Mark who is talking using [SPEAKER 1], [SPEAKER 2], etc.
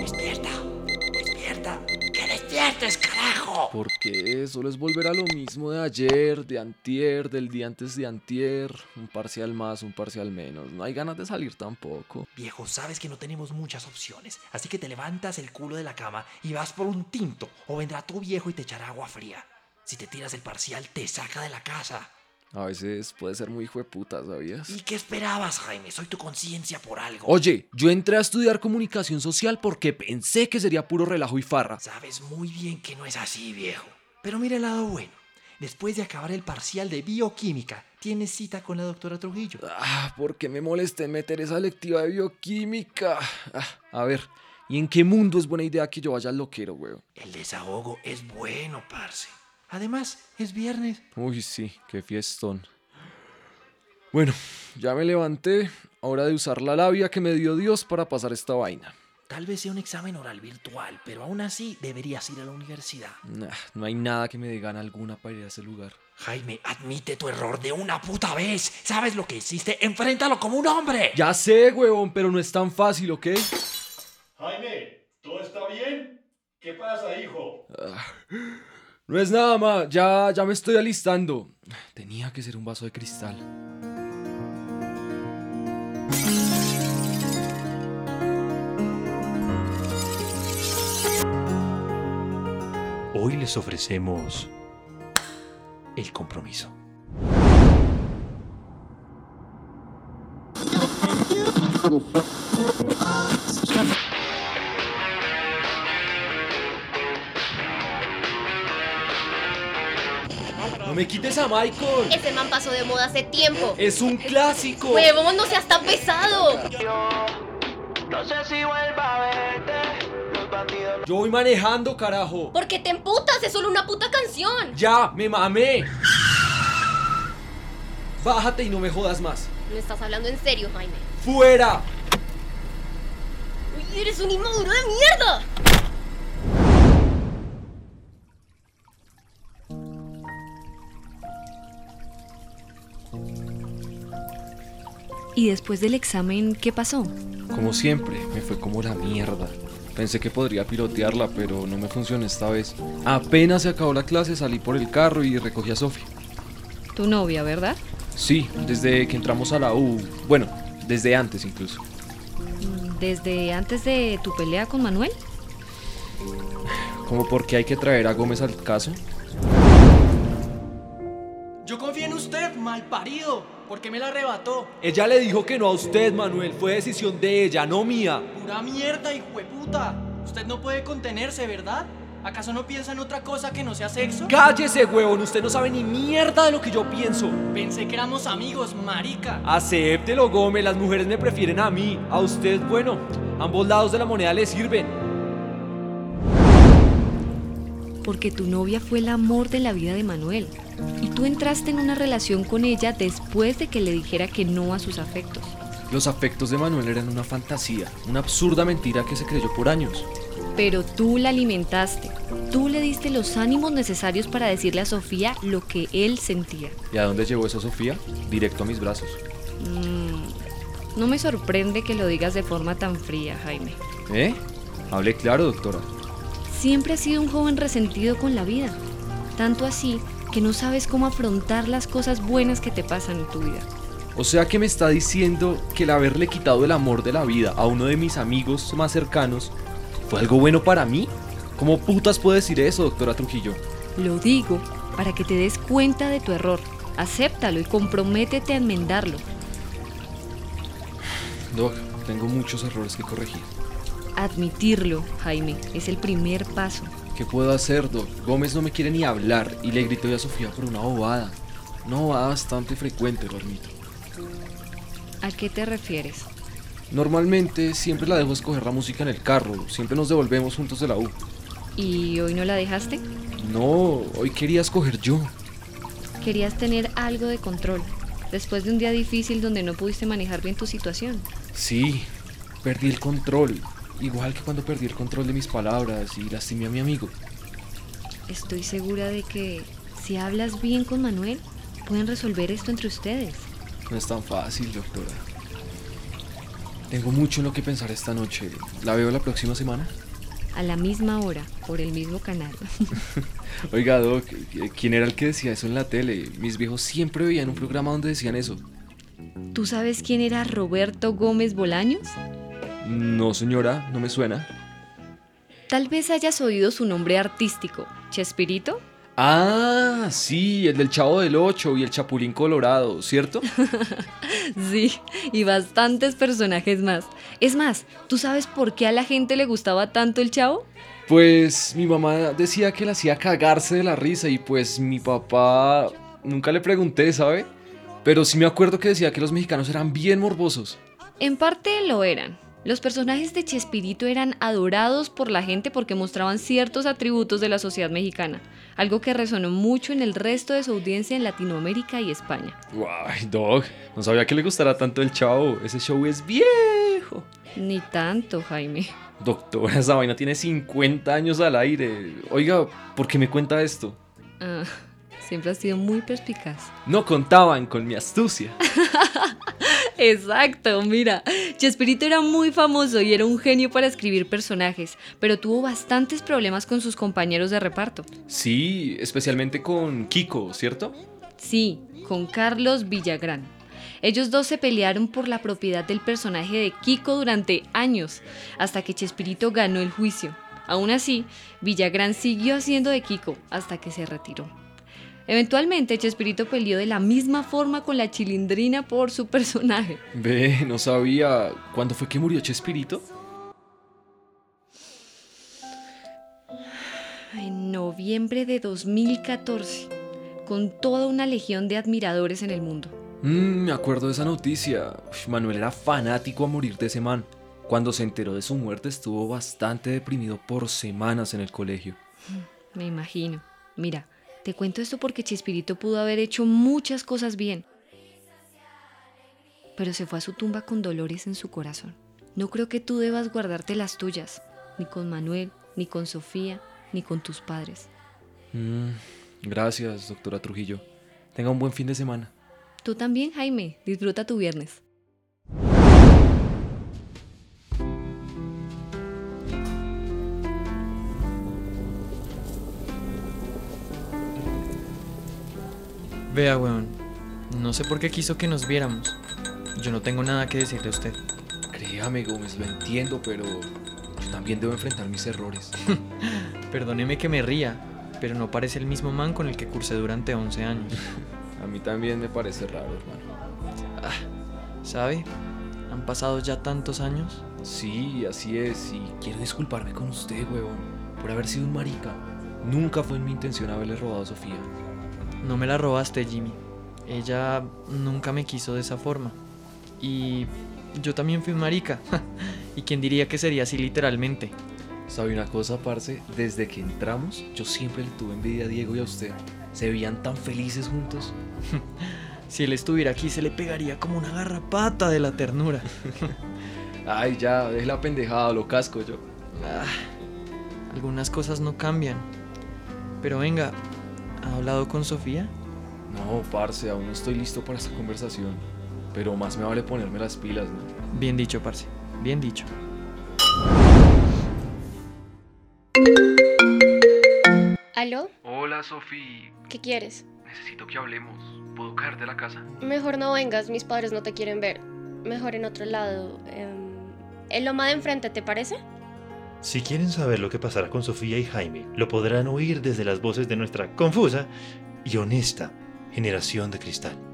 [SPEAKER 1] Despierta, despierta, que despiertes, carajo.
[SPEAKER 2] ¿Por qué? Solo es volver a lo mismo de ayer, de antier, del día antes de antier. Un parcial más, un parcial menos. No hay ganas de salir tampoco.
[SPEAKER 1] Viejo, sabes que no tenemos muchas opciones, así que te levantas el culo de la cama y vas por un tinto, o vendrá tu viejo y te echará agua fría. Si te tiras el parcial, te saca de la casa.
[SPEAKER 2] A veces puede ser muy hijo de puta, ¿sabías?
[SPEAKER 1] ¿Y qué esperabas, Jaime? Soy tu conciencia por algo.
[SPEAKER 2] Oye, yo entré a estudiar comunicación social porque pensé que sería puro relajo y farra.
[SPEAKER 1] Sabes muy bien que no es así, viejo. Pero mira el lado bueno. Después de acabar el parcial de bioquímica, tienes cita con la doctora Trujillo.
[SPEAKER 2] Ah, ¿por qué me molesté en meter esa lectiva de bioquímica? Ah, a ver, ¿y en qué mundo es buena idea que yo vaya al loquero, weón?
[SPEAKER 1] El desahogo es bueno, parce. Además, es viernes.
[SPEAKER 2] Uy, sí, qué fiestón. Bueno, ya me levanté. Ahora de usar la labia que me dio Dios para pasar esta vaina.
[SPEAKER 1] Tal vez sea un examen oral virtual, pero aún así deberías ir a la universidad.
[SPEAKER 2] Nah, no hay nada que me dé gana alguna para ir a ese lugar.
[SPEAKER 1] Jaime, admite tu error de una puta vez. ¿Sabes lo que hiciste? Enfréntalo como un hombre.
[SPEAKER 2] Ya sé, huevón, pero no es tan fácil, ¿ok?
[SPEAKER 3] Jaime, ¿todo está bien? ¿Qué pasa, hijo?
[SPEAKER 2] No es nada, ma. Ya, ya me estoy alistando. Tenía que ser un vaso de cristal.
[SPEAKER 1] Hoy les ofrecemos el compromiso.
[SPEAKER 2] ¡No me quites a Michael!
[SPEAKER 4] Ese man pasó de moda hace tiempo.
[SPEAKER 2] ¡Es un clásico!
[SPEAKER 4] ¡Huevón, no seas tan pesado!
[SPEAKER 5] No sé si vuelva a verte. Los bandidos
[SPEAKER 2] Yo voy manejando, carajo.
[SPEAKER 4] Porque te emputas, es solo una puta canción.
[SPEAKER 2] ¡Ya! ¡Me mamé! Bájate y no me jodas más.
[SPEAKER 4] No estás hablando en serio, Jaime.
[SPEAKER 2] ¡Fuera!
[SPEAKER 4] Uy, eres un inmaduro de mierda.
[SPEAKER 6] ¿Y después del examen qué pasó?
[SPEAKER 2] Como siempre, me fue como la mierda. Pensé que podría pilotearla, pero no me funcionó esta vez. Apenas se acabó la clase, salí por el carro y recogí a Sofía.
[SPEAKER 6] Tu novia, ¿verdad?
[SPEAKER 2] Sí, desde que entramos a la U. Bueno, desde antes incluso.
[SPEAKER 6] Mm, ¿Desde antes de tu pelea con Manuel?
[SPEAKER 2] Como porque hay que traer a Gómez al caso.
[SPEAKER 7] Yo confío en usted, malparido, porque me la arrebató.
[SPEAKER 2] Ella le dijo que no a usted, Manuel. Fue decisión de ella, no mía.
[SPEAKER 7] Pura Ah, mierda, hijueputa. Usted no puede contenerse, ¿verdad? ¿Acaso no piensa en otra cosa que no sea sexo?
[SPEAKER 2] Cállese, huevón. Usted no sabe ni mierda de lo que yo pienso.
[SPEAKER 7] Pensé que éramos amigos, marica.
[SPEAKER 2] Acéptelo, Gómez. Las mujeres me prefieren a mí. A usted, bueno, ambos lados de la moneda le sirven.
[SPEAKER 6] Porque tu novia fue el amor de la vida de Manuel. Y tú entraste en una relación con ella después de que le dijera que no a sus afectos.
[SPEAKER 2] Los afectos de Manuel eran una fantasía, una absurda mentira que se creyó por años.
[SPEAKER 6] Pero tú la alimentaste. Tú le diste los ánimos necesarios para decirle a Sofía lo que él sentía.
[SPEAKER 2] ¿Y a dónde llevó esa Sofía? Directo a mis brazos.
[SPEAKER 6] Mm, no me sorprende que lo digas de forma tan fría, Jaime.
[SPEAKER 2] ¿Eh? Hablé claro, doctora.
[SPEAKER 6] Siempre has sido un joven resentido con la vida. Tanto así que no sabes cómo afrontar las cosas buenas que te pasan en tu vida.
[SPEAKER 2] O sea que me está diciendo que el haberle quitado el amor de la vida a uno de mis amigos más cercanos fue algo bueno para mí. ¿Cómo putas puedo decir eso, doctora Trujillo?
[SPEAKER 6] Lo digo para que te des cuenta de tu error. Acéptalo y comprométete a enmendarlo.
[SPEAKER 2] Doc, tengo muchos errores que corregir.
[SPEAKER 6] Admitirlo, Jaime, es el primer paso.
[SPEAKER 2] ¿Qué puedo hacer, Doc? Gómez no me quiere ni hablar y le grito a Sofía por una bobada. Una bobada bastante frecuente, lo admito.
[SPEAKER 6] ¿A qué te refieres?
[SPEAKER 2] Normalmente siempre la dejo escoger la música en el carro, siempre nos devolvemos juntos de la U.
[SPEAKER 6] ¿Y hoy no la dejaste?
[SPEAKER 2] No, hoy quería escoger yo.
[SPEAKER 6] Querías tener algo de control, después de un día difícil donde no pudiste manejar bien tu situación.
[SPEAKER 2] Sí, perdí el control, igual que cuando perdí el control de mis palabras y lastimé a mi amigo.
[SPEAKER 6] Estoy segura de que si hablas bien con Manuel, pueden resolver esto entre ustedes.
[SPEAKER 2] No es tan fácil, doctora. Tengo mucho en lo que pensar esta noche. ¿La veo la próxima semana?
[SPEAKER 6] A la misma hora, por el mismo canal.
[SPEAKER 2] Oiga, Doc, ¿quién era el que decía eso en la tele? Mis viejos siempre veían un programa donde decían eso.
[SPEAKER 6] ¿Tú sabes quién era Roberto Gómez Bolaños?
[SPEAKER 2] No, señora, no me suena.
[SPEAKER 6] Tal vez hayas oído su nombre artístico, Chespirito.
[SPEAKER 2] Ah, sí, el del Chavo del Ocho y el Chapulín Colorado, ¿cierto?
[SPEAKER 6] Sí, y bastantes personajes más. Es más, ¿tú sabes por qué a la gente le gustaba tanto el chavo?
[SPEAKER 2] Pues mi mamá decía que le hacía cagarse de la risa y pues mi papá nunca le pregunté, ¿sabe? Pero sí me acuerdo que decía que los mexicanos eran bien morbosos.
[SPEAKER 6] En parte lo eran. Los personajes de Chespirito eran adorados por la gente porque mostraban ciertos atributos de la sociedad mexicana, algo que resonó mucho en el resto de su audiencia en Latinoamérica y España.
[SPEAKER 2] Guay, Doc, no sabía que le gustara tanto el chavo. Ese show es viejo.
[SPEAKER 6] Ni tanto, Jaime.
[SPEAKER 2] Doctora, esa vaina tiene 50 años al aire. Oiga, ¿por qué me cuenta esto?
[SPEAKER 6] Ah, siempre has sido muy perspicaz.
[SPEAKER 2] No contaban con mi astucia.
[SPEAKER 6] Exacto, mira, Chespirito era muy famoso y era un genio para escribir personajes, pero tuvo bastantes problemas con sus compañeros de reparto.
[SPEAKER 2] Sí, especialmente con Kiko, ¿cierto?
[SPEAKER 6] Sí, con Carlos Villagrán. Ellos dos se pelearon por la propiedad del personaje de Kiko durante años, hasta que Chespirito ganó el juicio. Aún así, Villagrán siguió haciendo de Kiko hasta que se retiró. Eventualmente, Chespirito peleó de la misma forma con la chilindrina por su personaje.
[SPEAKER 2] Ve, no sabía. ¿Cuándo fue que murió Chespirito?
[SPEAKER 6] En noviembre de 2014, con toda una legión de admiradores en el mundo.
[SPEAKER 2] Mm, me acuerdo de esa noticia. Uf, Manuel era fanático a morir de ese man. Cuando se enteró de su muerte estuvo bastante deprimido por semanas en el colegio.
[SPEAKER 6] Me imagino. Mira, te cuento esto porque Chespirito pudo haber hecho muchas cosas bien. Pero se fue a su tumba con dolores en su corazón. No creo que tú debas guardarte las tuyas, ni con Manuel, ni con Sofía, ni con tus padres.
[SPEAKER 2] Mm, gracias, doctora Trujillo. Tenga un buen fin de semana.
[SPEAKER 6] Tú también, Jaime, disfruta tu viernes.
[SPEAKER 7] Vea, weón. No sé por qué quiso que nos viéramos. Yo no tengo nada que decirle a usted.
[SPEAKER 2] Créame, Gómez, lo entiendo, pero yo también debo enfrentar mis errores.
[SPEAKER 7] Perdóneme que me ría, pero no parece el mismo man con el que cursé durante 11 años.
[SPEAKER 2] A mí también me parece raro, hermano.
[SPEAKER 7] ¿Sabe? Han pasado ya tantos años.
[SPEAKER 2] Sí, así es, y quiero disculparme con usted, huevón, por haber sido un marica. Nunca fue mi intención haberle robado a Sofía.
[SPEAKER 7] No me la robaste, Jimmy. Ella nunca me quiso de esa forma. Y yo también fui un marica. ¿Y quién diría que sería así literalmente?
[SPEAKER 2] ¿Sabe una cosa, parce? Desde que entramos, yo siempre le tuve envidia a Diego y a usted. Se veían tan felices juntos.
[SPEAKER 7] Si él estuviera aquí se le pegaría como una garrapata de la ternura.
[SPEAKER 2] Ay, ya, es la pendejada, lo casco yo.
[SPEAKER 7] Ah, algunas cosas no cambian. Pero venga, ¿ha hablado con Sofía?
[SPEAKER 2] No, parce, aún no estoy listo para esta conversación. Pero más me vale ponerme las pilas, ¿no?
[SPEAKER 7] Bien dicho, Parce. Bien dicho.
[SPEAKER 4] ¿Aló?
[SPEAKER 5] Hola, Sofi.
[SPEAKER 4] ¿Qué quieres?
[SPEAKER 5] Necesito que hablemos. ¿Puedo caer de la casa?
[SPEAKER 4] Mejor no vengas, mis padres no te quieren ver. Mejor en otro lado. em, el loma de enfrente, ¿te parece?
[SPEAKER 3] Si quieren saber lo que pasará con Sofía y Jaime, lo podrán oír desde las voces de nuestra confusa y honesta generación de cristal.